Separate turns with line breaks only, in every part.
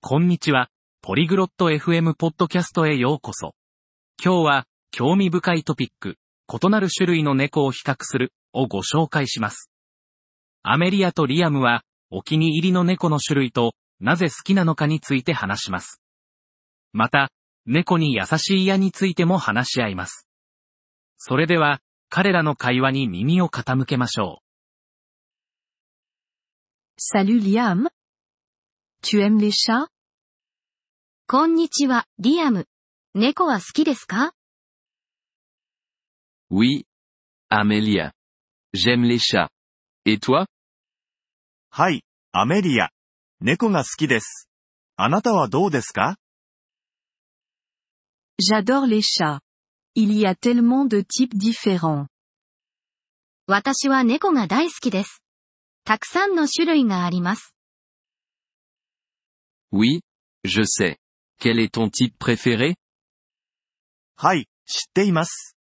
こんにちは。ポリグロット FM ポッドキャストへようこそ。今日は、興味深いトピック、異なる種類の猫を比較する、をご紹介します。アメリアとリアムは、お気に入りの猫の種類と、なぜ好きなのかについて話します。また、猫に優しい矢についても話し合います。それでは、彼らの会話に耳を傾けましょ
Salut Liam. Tu aimes les chats
こんにちは、リアム。猫は好きですか
Oui. Amélia. J'aime les chats. Et toi
はい、アメリア。猫が好きです。あなたはどうですか
J'adore les chats. Il y a tellement de types différents.
私は猫が大好きです。たくさんの種類があります。
Oui. Je sais. Quel est ton type préféré
はい、知っています。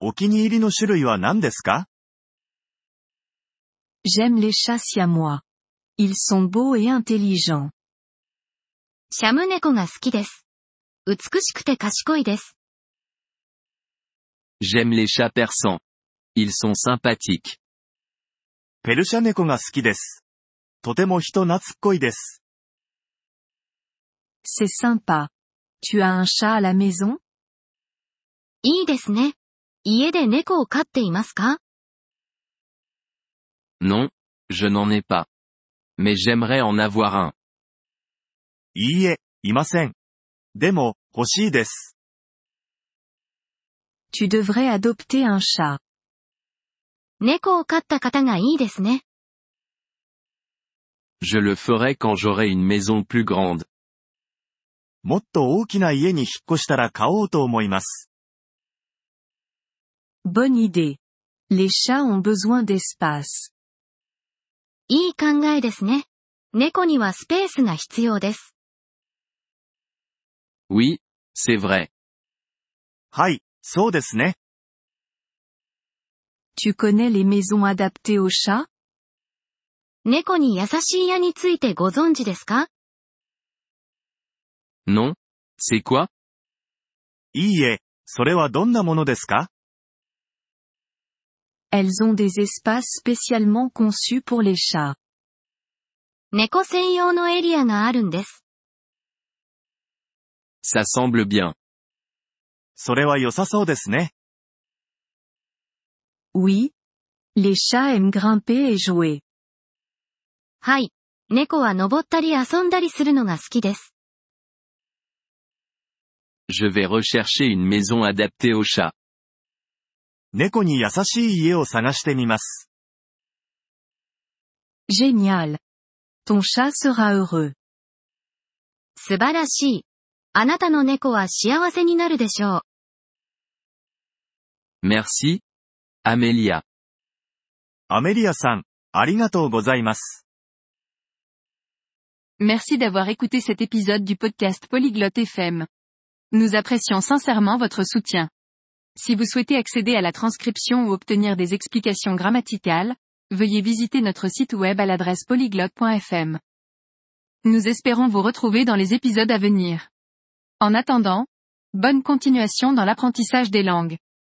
お気に入りの種類は何ですか
J'aime les chats siamois. Ils sont beaux et intelligents.
シャム猫が好きです。美しくて賢いです。
J'aime les chats persans. Ils sont sympathiques.
ペルシャ猫が好きです。とても人懐っこいです。
C'est sympa. Tu as un chat à la maison
いいですね。家で猫を飼っていますか
Non. Je n'en ai pas. Mais j'aimerais en avoir un.
いいえ、いません。でも、欲しいです。
Tu devrais adopter un chat.
猫を飼った方がいいですね。
Je le ferai quand j'aurai une maison plus grande.
もっと大きな家に引っ越したら買おうと思います。
Bonne idée. Les chats ont besoin d'espace.
いい考えですね。猫にはスペースが必要です。
Oui. C'est vrai.
はい、そうですね。
Tu connais les maisons adaptées aux chats
猫に優しい家についてご存知ですか
Non. C'est quoi
いいえ、それはどんなものですか
Elles ont des espaces spécialement conçus pour les chats.
猫専用のエリアがあるんです。
Ça semble bien.
それは良さそうですね。
Oui. Les chats aiment grimper et jouer.
はい。猫は登ったり遊んだりするのが好きです。
Je vais rechercher une maison adaptée aux chats.
猫に優しい家を探してみます。
Génial. Ton chat sera heureux.
素晴らしい。あなたの猫は幸せになるでしょう。
Merci. Amélia.
アメリアさん、ありがとうございます。
Merci d'avoir écouté cet épisode du podcast Polyglotte FM. Nous apprécions sincèrement votre soutien. Si vous souhaitez accéder à la transcription ou obtenir des explications grammaticales, veuillez visiter notre site web à l'adresse polyglotte.fm. Nous espérons vous retrouver dans les épisodes à venir. En attendant, bonne continuation dans l'apprentissage des langues.